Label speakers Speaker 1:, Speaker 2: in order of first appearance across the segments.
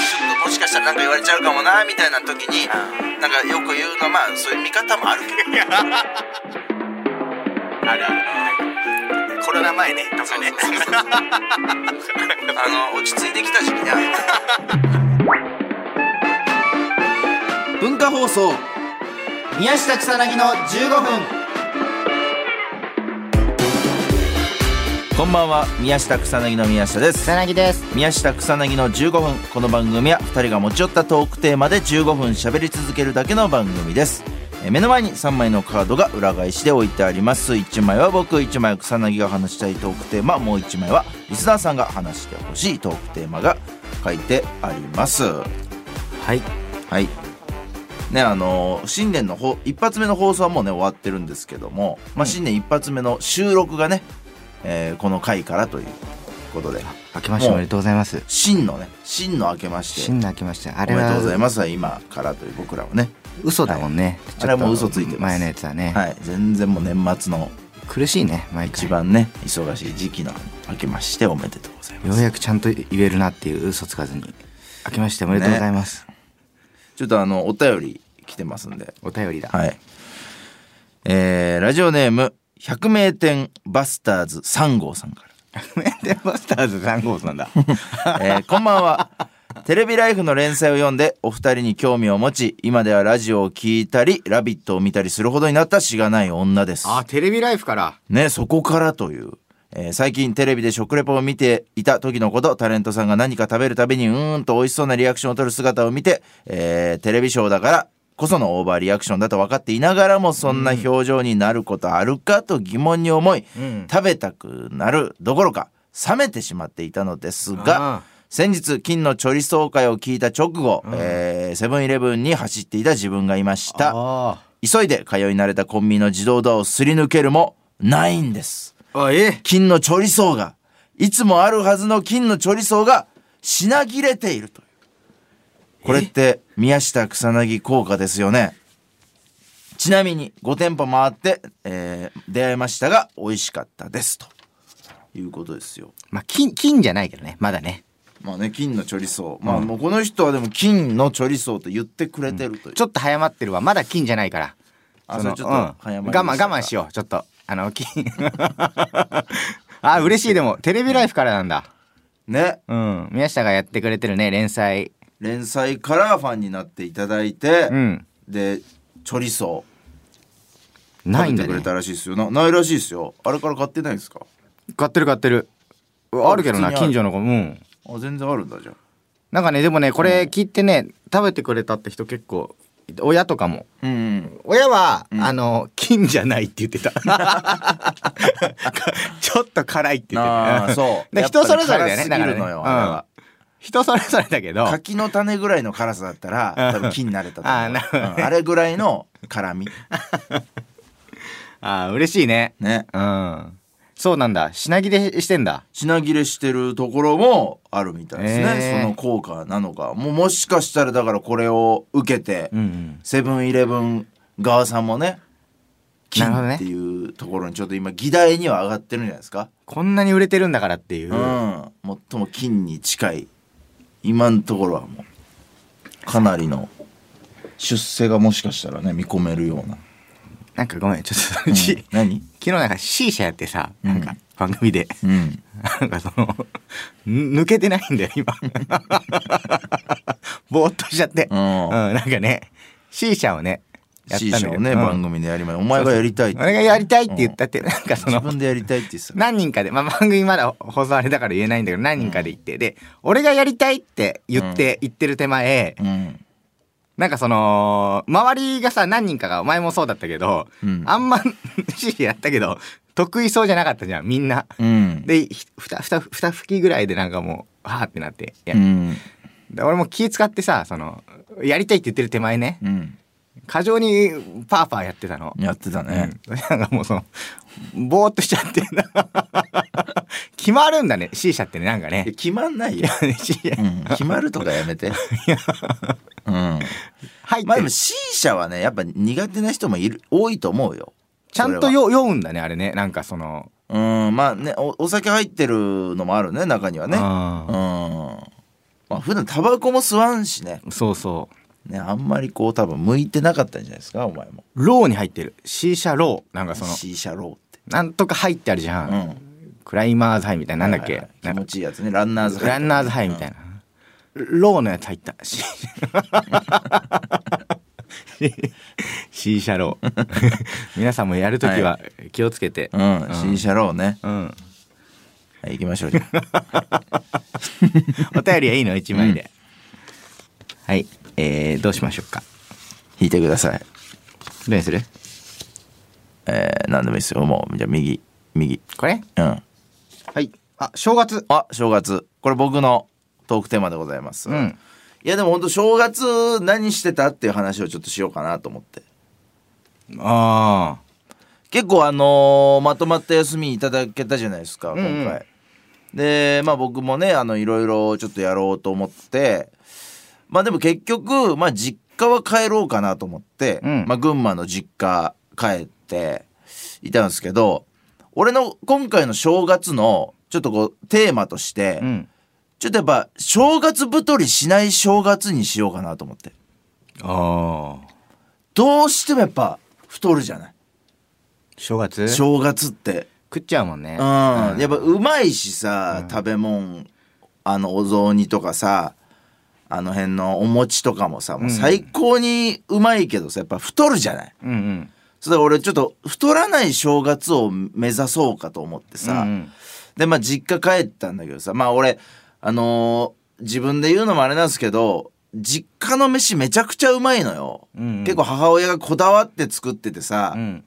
Speaker 1: なんか言われちゃうかもなみたいな時になんかよく言うのはまあそういう見方もあるけど
Speaker 2: あるあるコロナ前ねとかね
Speaker 1: そうそうそうあの落ち着いてきた時期にある文化放送宮下草薙の15分こんばんは宮下草薙の宮下です
Speaker 3: 草薙です
Speaker 1: 宮下草薙の15分この番組は2人が持ち寄ったトークテーマで15分喋り続けるだけの番組ですえー目の前に3枚のカードが裏返しで置いてあります1枚は僕1枚は草薙が話したいトークテーマもう1枚はリスナーさんが話してほしいトークテーマが書いてあります
Speaker 3: はい
Speaker 1: はいねあのー新年のほ一発目の放送はもうね終わってるんですけども、まあ、新年一発目の収録がね、えーこの回からということで
Speaker 3: 明けましておめでとうございます
Speaker 1: 真のね真の明けまして
Speaker 3: 新年明けましてあ
Speaker 1: お
Speaker 3: れ
Speaker 1: めでとうござい
Speaker 3: は
Speaker 1: ますは今からという僕らはね
Speaker 3: 嘘だもんね、
Speaker 1: あれはもう嘘ついてます
Speaker 3: 前のやつはね、
Speaker 1: はい全然もう年末の
Speaker 3: 苦しいね毎回
Speaker 1: 一番ね忙しい時期の明けましておめでとうございます
Speaker 3: ようやくちゃんと言えるなっていう嘘つかずに明けましておめでとうございます、
Speaker 1: ちょっとあのお便り来てますんで
Speaker 3: お便りだ、
Speaker 1: はいえー、ラジオネーム百名店バスターズ3号さんから
Speaker 3: メンテバスターズ3号さんだ
Speaker 1: えーこんばんは。テレビライフの連載を読んでお二人に興味を持ち今ではラジオを聞いたり「ラビット!」を見たりするほどになったしがない女です。
Speaker 3: あテレビライフから
Speaker 1: ねそこからという、えー最近テレビで食レポを見ていた時のことタレントさんが何か食べるたびにうーんと美味しそうなリアクションを取る姿を見て、えーテレビショーだからこそのオーバーリアクションだと分かっていながらもそんな表情になることあるかと疑問に思い、
Speaker 3: ん
Speaker 1: 食べたくなるどころか冷めてしまっていたのです
Speaker 3: あ
Speaker 1: が先日金のチョリ総会を聞いた直後、えーセブンイレブンに走っていた自分がいました
Speaker 3: あ
Speaker 1: 急いで通い慣れたコンビニの自動ドアをすり抜けるもないんです
Speaker 3: あえ
Speaker 1: 金のチョリソーがいつもあるはずの金のチョリソーが品切れているというこれって宮下草薙効果ですよねちなみに5店舗回って、えー出会いましたが美味しかったですということですよ
Speaker 3: まあ金金じゃないけどねまだね
Speaker 1: まあね金のチョリソーまあもうこの人はでも金のチョリソーと言ってくれてるという、
Speaker 3: ちょっと早まってるわまだ金じゃないから
Speaker 1: あ
Speaker 3: の
Speaker 1: それちょっと早まりました
Speaker 3: 我慢我慢しようちょっとあの金 あ嬉しいでもテレビライフからなんだ
Speaker 1: ね
Speaker 3: うん宮下がやってくれてるね連載
Speaker 1: 連載からファンになっていただいて、
Speaker 3: うん
Speaker 1: でチョリソー
Speaker 3: ないんだ
Speaker 1: 食べてくれ
Speaker 3: ね
Speaker 1: たらしいですよなないらしいですよあれから買ってないんですか
Speaker 3: 買ってる買ってるあるけど
Speaker 1: 普通にあ
Speaker 3: な
Speaker 1: る
Speaker 3: 近所の子うん
Speaker 1: あ全然あるんだじゃ
Speaker 3: なんかねでもねこれ聞いてね食べてくれたって人結構親とかも
Speaker 1: うん、うん、
Speaker 3: 親は、あの金じゃないって言 ってたちょっと辛いって言っ
Speaker 1: あー
Speaker 3: てた
Speaker 1: そう
Speaker 3: で
Speaker 1: やっぱ
Speaker 3: 人
Speaker 1: り
Speaker 3: それぞれだよね
Speaker 1: 辛すぎる
Speaker 3: だか
Speaker 1: のよあれ
Speaker 3: ら
Speaker 1: は
Speaker 3: ねうん人それぞれだけど
Speaker 1: 柿の種ぐらいの辛さだったら多分木になれたと思う
Speaker 3: あーなるほどね
Speaker 1: うんあれぐらいの辛 み
Speaker 3: あー嬉しいね
Speaker 1: ね
Speaker 3: うんそうなんだ品切れしてんだ
Speaker 1: 品切れしてるところもあるみたいですね、
Speaker 3: えー
Speaker 1: その効果なのかもうもしかしたらだからこれを受けて、
Speaker 3: うん
Speaker 1: セブンイレブン側さんもね金
Speaker 3: なるほどね
Speaker 1: っていうところにちょっと今議題には上がってるんじゃないですか、
Speaker 3: こんなに売れてるんだからっていう
Speaker 1: うん、最も金に近い今のところはもうかなりの出世がもしかしたらね見込めるよう な、
Speaker 3: なんかごめんちょっ
Speaker 1: う
Speaker 3: とうち、
Speaker 1: ん、何
Speaker 3: 昨日なんか C 社やってさ
Speaker 1: うん
Speaker 3: なんか番組で、
Speaker 1: うん
Speaker 3: なんかそのぬ抜けてないんだよ今 ぼーっとしちゃって、
Speaker 1: う
Speaker 3: うんん、なんかね C 社をねやった
Speaker 1: C
Speaker 3: んだけ
Speaker 1: 社
Speaker 3: ど
Speaker 1: をね、
Speaker 3: うん
Speaker 1: 番組でやりまいお前がやりたいって
Speaker 3: 俺がやりたいって言ったって、なんかそ
Speaker 1: 自
Speaker 3: の
Speaker 1: 分でやりたいって言ってた
Speaker 3: 何人かで、まあ、番組まだ放送あれだから言えないんだけど何人かで言って、で俺がやりたいって言って、言ってる手前、
Speaker 1: うん
Speaker 3: なんかその周りがさ何人かがお前もそうだったけど、
Speaker 1: うん
Speaker 3: あんま C 社やったけど得意そうじゃなかったじゃんみんな。
Speaker 1: うん
Speaker 3: でひふたふたふた吹きぐらいでなんかもうはあってなってや
Speaker 1: うん
Speaker 3: で俺も気使ってさそのやりたいって言ってる手前ね
Speaker 1: うん
Speaker 3: 過剰にパーパーやってたの、
Speaker 1: やってたね、
Speaker 3: うんなん かもうそのぼーっとしちゃって 決まるんだね C 社ってねなんか
Speaker 1: いや
Speaker 3: ね
Speaker 1: 決まんないよ
Speaker 3: C
Speaker 1: う
Speaker 3: 社
Speaker 1: ん決まるとかやめて。うん。
Speaker 3: 入って
Speaker 1: まあで
Speaker 3: る、
Speaker 1: も C 社はね、やっぱ苦手な人もいる、多いと思うよ。
Speaker 3: ちゃんと
Speaker 1: それは。
Speaker 3: よ読むんだねあれねなんかその
Speaker 1: うん、まあねお、お酒入ってるのもあるね、中にはね。
Speaker 3: あ
Speaker 1: うん。まあ普段タバコも吸わんしね
Speaker 3: そうそう
Speaker 1: ねあんまりこう多分向いてなかったんじゃないですかお前も
Speaker 3: ローに入ってる C 社ローなんかその
Speaker 1: シーシャロ
Speaker 3: なんとか入ってあるじ
Speaker 1: ー
Speaker 3: ゃん、
Speaker 1: ってうん
Speaker 3: クライマーズハイみたいななんだっけ、
Speaker 1: はいはいはい気
Speaker 3: な
Speaker 1: 持
Speaker 3: んか
Speaker 1: ちいいやつねランナーズ
Speaker 3: ランナーズハイみたいな、ローのやつ入った C シーシャロー 皆さんもやるときは気をつけて、
Speaker 1: うん、うん、シーシャローね
Speaker 3: うん、
Speaker 1: はい行きましょう じゃあ
Speaker 3: お便りはいいの一枚で、はいえー、どうしましょうか
Speaker 1: 引いてください
Speaker 3: どれにする
Speaker 1: えー、何でもいいですよもうじゃあ右右
Speaker 3: これ
Speaker 1: うん
Speaker 3: はいあ正月
Speaker 1: あ正月これ僕のトークテーマでございます、
Speaker 3: うん
Speaker 1: いやでも本当正月何してたっていう話をちょっとしようかなと思って
Speaker 3: ああ
Speaker 1: 結構あのーまとまった休みいただけたじゃないですか
Speaker 3: う
Speaker 1: 今
Speaker 3: んうん
Speaker 1: 回、でまあ僕もねあのいろいろちょっとやろうと思ってまあでも結局まあ実家は帰ろうかなと思って、
Speaker 3: うん
Speaker 1: まあ群馬の実家帰っていたんですけど俺の今回の正月のちょっとこうテーマとして、
Speaker 3: うん
Speaker 1: ちょっとやっぱ正月太りしない正月にしようかなと思って
Speaker 3: ああ
Speaker 1: どうしてもやっぱ太るじゃない
Speaker 3: 正月
Speaker 1: 正月って
Speaker 3: 食っちゃうもんね
Speaker 1: うん、やっぱうまいしさ、食べ物あのお雑煮とかさあの辺のお餅とかもさもう最高にうまいけどさやっぱ太るじゃない
Speaker 3: うんうん
Speaker 1: それで俺ちょっと太らない正月を目指そうかと思ってさ、
Speaker 3: うんうん
Speaker 1: でまあ実家帰ったんだけどさまあ俺あのー自分で言うのもあれなんですけど実家の飯めちゃくちゃうまいのよ、
Speaker 3: うんうん
Speaker 1: 結構母親がこだわって作っててさ、
Speaker 3: うん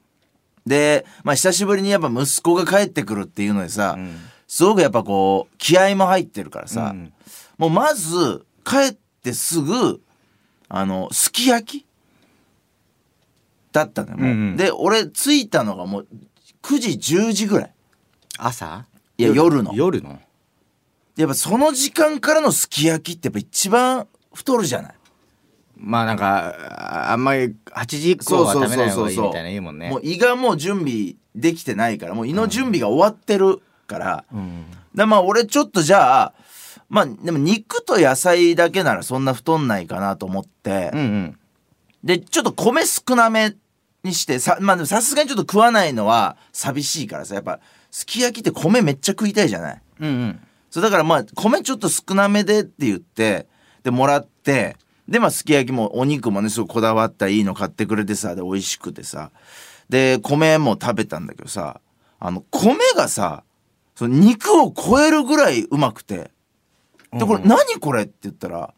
Speaker 1: で、まあ、久しぶりにやっぱ息子が帰ってくるっていうのでさ、
Speaker 3: うん
Speaker 1: すごくやっぱこう気合も入ってるからさ、
Speaker 3: うん
Speaker 1: もうまず帰ってすぐあのすき焼きだったのよ、もう
Speaker 3: うんうん
Speaker 1: で俺着いたのがもう9時10時ぐらい
Speaker 3: 朝
Speaker 1: いや夜の
Speaker 3: 夜の
Speaker 1: やっぱその時間からのすき焼きってやっぱ一番太るじゃない
Speaker 3: まあなんかああんまり8時以降は食べない方がいいみたいな言うもんね
Speaker 1: もう胃がもう準備できてないからもう胃の準備が終わってるから、
Speaker 3: うん
Speaker 1: でまあ俺ちょっとじゃあまあでも肉と野菜だけならそんな太んないかなと思って、
Speaker 3: うんうん
Speaker 1: でちょっと米少なめにしてさまあでもさすがにちょっと食わないのは寂しいからさやっぱすき焼きって米めっちゃ食いたいじゃない
Speaker 3: うんうん
Speaker 1: そうだからまあ米ちょっと少なめでって言ってでもらってでまあすき焼きもお肉もねすごいこだわったいいの買ってくれてさで美味しくてさで米も食べたんだけどさあの米がさその肉を超えるぐらいうまくてでこれ「何これ?」って言ったら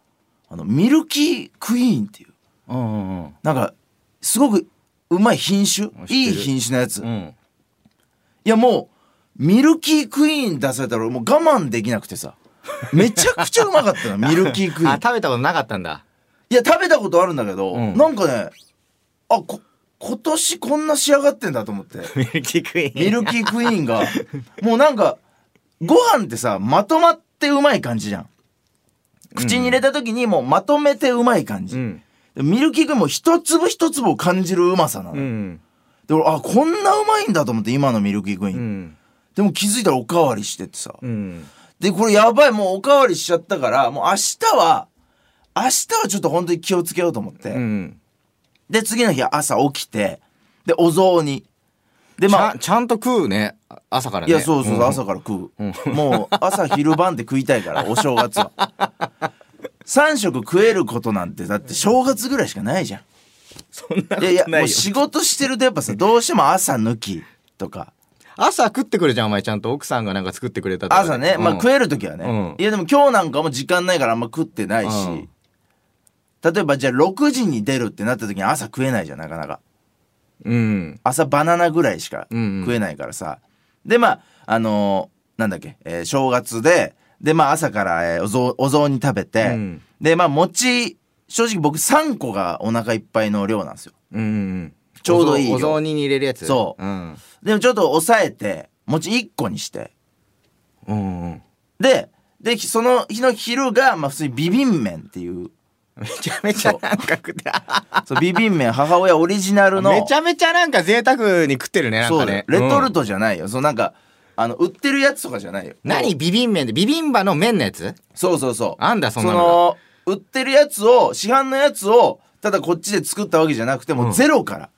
Speaker 1: あのミルキークイーンっていう
Speaker 3: うんうん
Speaker 1: なんかすごくうまい品種
Speaker 3: 知ってる
Speaker 1: いい品種のやつ、
Speaker 3: う
Speaker 1: い
Speaker 3: ん
Speaker 1: やもうミルキークイーン出されたらもう我慢できなくてさめちゃくちゃうまかったの ミルキークイー
Speaker 3: あ
Speaker 1: ン
Speaker 3: 食べたことなかったんだ
Speaker 1: いや食べたことあるんだけど、
Speaker 3: うん
Speaker 1: なんかねあこ今年こんな仕上がってんだと思って
Speaker 3: ミルキークイーン
Speaker 1: ミルキークイーンがもうなんかご飯ってさまとまってうまい感じじゃん口に入れた時にもうまとめてうまい感じ、
Speaker 3: うん
Speaker 1: でミルキークイーンも一粒一粒を感じるうまさなの、
Speaker 3: うん
Speaker 1: で俺あこんなうまいんだと思って今のミルキークイーン、
Speaker 3: うん
Speaker 1: でも気づいたらおかわりしてってさ、
Speaker 3: うん
Speaker 1: でこれやばいもうおかわりしちゃったからもう明日は明日はちょっと本当に気をつけようと思って、
Speaker 3: うん
Speaker 1: で次の日朝起きてでお雑煮で
Speaker 3: ち
Speaker 1: ま
Speaker 3: ゃ
Speaker 1: あ
Speaker 3: んちゃんと食うねあ朝から
Speaker 1: い
Speaker 3: ね
Speaker 1: やそうそうそう、
Speaker 3: ん
Speaker 1: 朝から食う、もう朝昼晩で食いたい からお正月は3食食えることなんてだって正月ぐらいしかないじゃん
Speaker 3: そんなこと
Speaker 1: いや
Speaker 3: ないい
Speaker 1: や
Speaker 3: よ
Speaker 1: もう仕事してるとやっぱさどうしても朝抜きとか
Speaker 3: 朝食ってくるじゃんお前ちゃんと奥さんがなんか作ってくれたとか
Speaker 1: 朝ね、まあ
Speaker 3: うん
Speaker 1: 食える時はね、
Speaker 3: うん
Speaker 1: いやでも今日なんかも時間ないからあんま食ってないし、
Speaker 3: うん
Speaker 1: 例えばじゃあ6時に出るってなった時に朝食えないじゃんなかなか
Speaker 3: うん
Speaker 1: 朝バナナぐらいしか
Speaker 3: うんうん
Speaker 1: 食えないからさ、でまああのーなんだっけ、えー正月ででまあ朝から、えーお雑お雑煮食べて、
Speaker 3: うん
Speaker 1: でまあ餅正直僕3個がお腹いっぱいの量なんですよ
Speaker 3: うんうん
Speaker 1: ちょうどいい量
Speaker 3: お雑お雑煮に入れるやつ
Speaker 1: そう
Speaker 3: うん
Speaker 1: でもちょっと抑えて餅1個にして
Speaker 3: うんうん
Speaker 1: ででその日の昼が、まあ、普通にビビン麺っていう
Speaker 3: めちゃめちゃなんか食って
Speaker 1: そうビビン麺母親オリジナルの
Speaker 3: めちゃめちゃなんか贅沢に食ってるねなん
Speaker 1: そ
Speaker 3: か
Speaker 1: うだよ
Speaker 3: ね
Speaker 1: レトル
Speaker 3: ト
Speaker 1: トじゃないよ、そのなんかあの売ってるやつとかじゃないよ
Speaker 3: 何ビビン麺でビビンバの麺のやつ
Speaker 1: そうそうそう
Speaker 3: あんだそんなの
Speaker 1: の売ってるやつを市販のやつをただこっちで作ったわけじゃなくてもうゼロから、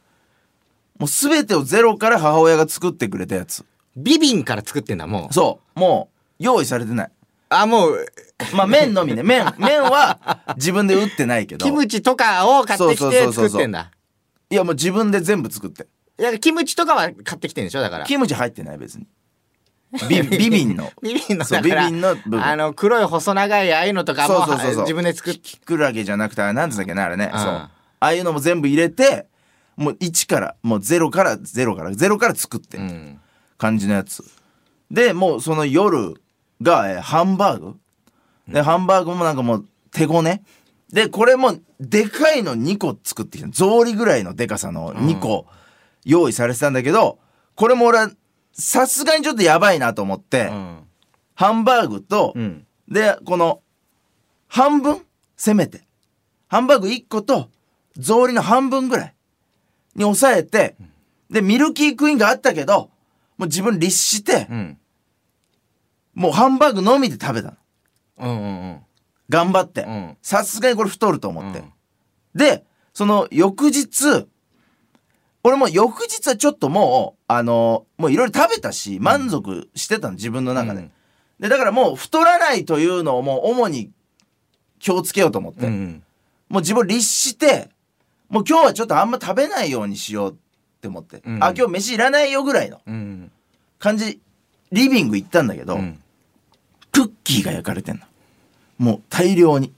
Speaker 1: もう全てをゼロから母親が作ってくれたやつ
Speaker 3: ビビンから作ってんだもう
Speaker 1: そうもう用意されてない
Speaker 3: あもう
Speaker 1: まあ麺のみね麺麺は自分で打ってないけど
Speaker 3: キムチとかを買ってき
Speaker 1: そうそうそうそ
Speaker 3: て
Speaker 1: うそう
Speaker 3: 作ってんだ
Speaker 1: いやもう自分で全部作って
Speaker 3: いやキムチとかは買ってきてんでしょだから
Speaker 1: キムチ入ってない別にビビビンの
Speaker 3: ビビンの
Speaker 1: そう
Speaker 3: だから
Speaker 1: ビビンの部分
Speaker 3: あの黒い細長いああいうのとかも
Speaker 1: そうそうそうそう
Speaker 3: 自分で作っ
Speaker 1: キクラゲじゃなくてあれなんつうんだっけねあれね、
Speaker 3: うん
Speaker 1: そうああいうのも全部入れてもう1からもう0から0から0から作って
Speaker 3: ん
Speaker 1: 感じのやつ、でもうその夜が、えーハンバーグでハンバーグもなんかもう手ごねでこれもでかいの2個作ってきた草履ぐらいのでかさの2個用意されてたんだけど、これも俺はさすがにちょっとやばいなと思って、
Speaker 3: うん
Speaker 1: ハンバーグと、
Speaker 3: うん
Speaker 1: で、この、半分、せめて。ハンバーグ1個と、草履の半分ぐらいに抑えて、で、ミルキークイーンがあったけど、もう自分律して
Speaker 3: う、ん
Speaker 1: もうハンバーグのみで食べたの。
Speaker 3: うんうん
Speaker 1: 頑張っ
Speaker 3: う
Speaker 1: て。
Speaker 3: ん
Speaker 1: さすがにこれ太ると思って。
Speaker 3: うん
Speaker 1: で、その翌日、俺もう翌日はちょっともう、あのもういろいろ食べたし、満足してたの、自分の中で。
Speaker 3: うん
Speaker 1: で、だからもう太らないというのをもう主に気をつけようと思って。
Speaker 3: うん
Speaker 1: もう自分律して、もう今日はちょっとあんま食べないようにしようって思って、
Speaker 3: うん
Speaker 1: あ、今日飯いらないよぐらいの
Speaker 3: うん
Speaker 1: 感じ、リビング行ったんだけど、
Speaker 3: うん
Speaker 1: クッキーが焼かれてんの。もう大量 に。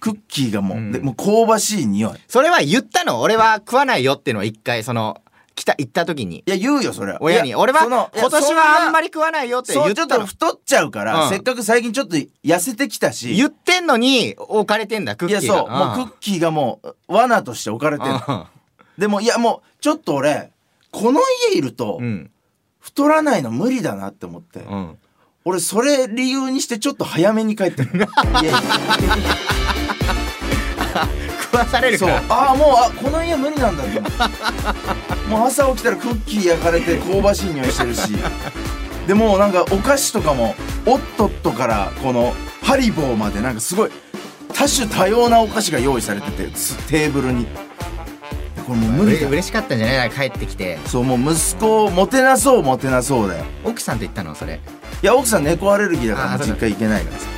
Speaker 1: クッキーがもう、
Speaker 3: うん
Speaker 1: でもう香ばしい匂い。
Speaker 3: それは言ったの俺は食わないよってのは一回その来た行った時に
Speaker 1: いや、言うよ、それは。
Speaker 3: 親
Speaker 1: い
Speaker 3: に
Speaker 1: や
Speaker 3: 俺
Speaker 1: その
Speaker 3: はい
Speaker 1: や
Speaker 3: 今年はあんまり食わないよって
Speaker 1: そんな
Speaker 3: 言
Speaker 1: そ
Speaker 3: っ
Speaker 1: う、ちょ
Speaker 3: た
Speaker 1: っと
Speaker 3: の
Speaker 1: 太っちゃうから、
Speaker 3: うん
Speaker 1: せっかく最近ちょっと痩せてきたし、
Speaker 3: 言ってんのに置かれてんだクッ
Speaker 1: い
Speaker 3: キー
Speaker 1: や、そ
Speaker 3: が
Speaker 1: う、もうクッキーがもう、罠として置かれてんの。でも、いや、もう、ちょっと俺、この家いると、
Speaker 3: うん
Speaker 1: 太らないの無理だなって思って、
Speaker 3: うんうん
Speaker 1: 俺それ理由にしてちょっと早めに帰ってるいやいや
Speaker 3: 食わされる
Speaker 1: そ
Speaker 3: か
Speaker 1: う
Speaker 3: ら
Speaker 1: ああもうあこの家無理なんだって思うもう朝起きたらクッキー焼かれて香ばしい匂いしてるしでもうなんかお菓子とかもおっとっとからこのハリボーまでなんかすごい多種多様なお菓子が用意されててつテーブルにこれもう無理
Speaker 3: 嬉
Speaker 1: だ
Speaker 3: 嬉しかったんじゃない帰ってきて
Speaker 1: そうもう息子をもてなそうもてなそうだよ
Speaker 3: 奥さんと言ったのそれ
Speaker 1: いや奥さん猫アレルギーだか
Speaker 3: あ
Speaker 1: ら
Speaker 3: ー
Speaker 1: もう実家行けないからさ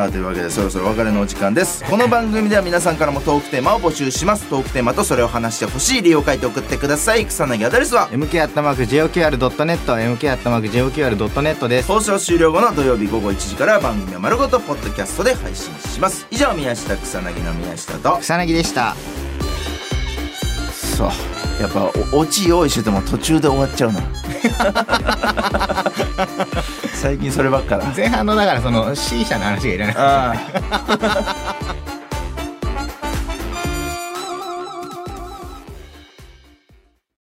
Speaker 1: さあというわけでそろそろお別れのお時間ですこの番組では皆さんからもトークテーマを募集しますトークテーマとそれを話してほしい理由を書いて送ってください草薙アドレスは
Speaker 3: m k j o q r n e t m k j o q r n e t です
Speaker 1: 放送終了後の土曜日午後1時から番組を丸ごとポッドキャストで配信します以上宮下草薙の宮下と
Speaker 3: 草薙でした
Speaker 1: そうやっぱおオチ用意してても途中で終わっち ゃうな最近そればっかだ
Speaker 3: 前半のだからその C 社の話がいらない
Speaker 1: ああ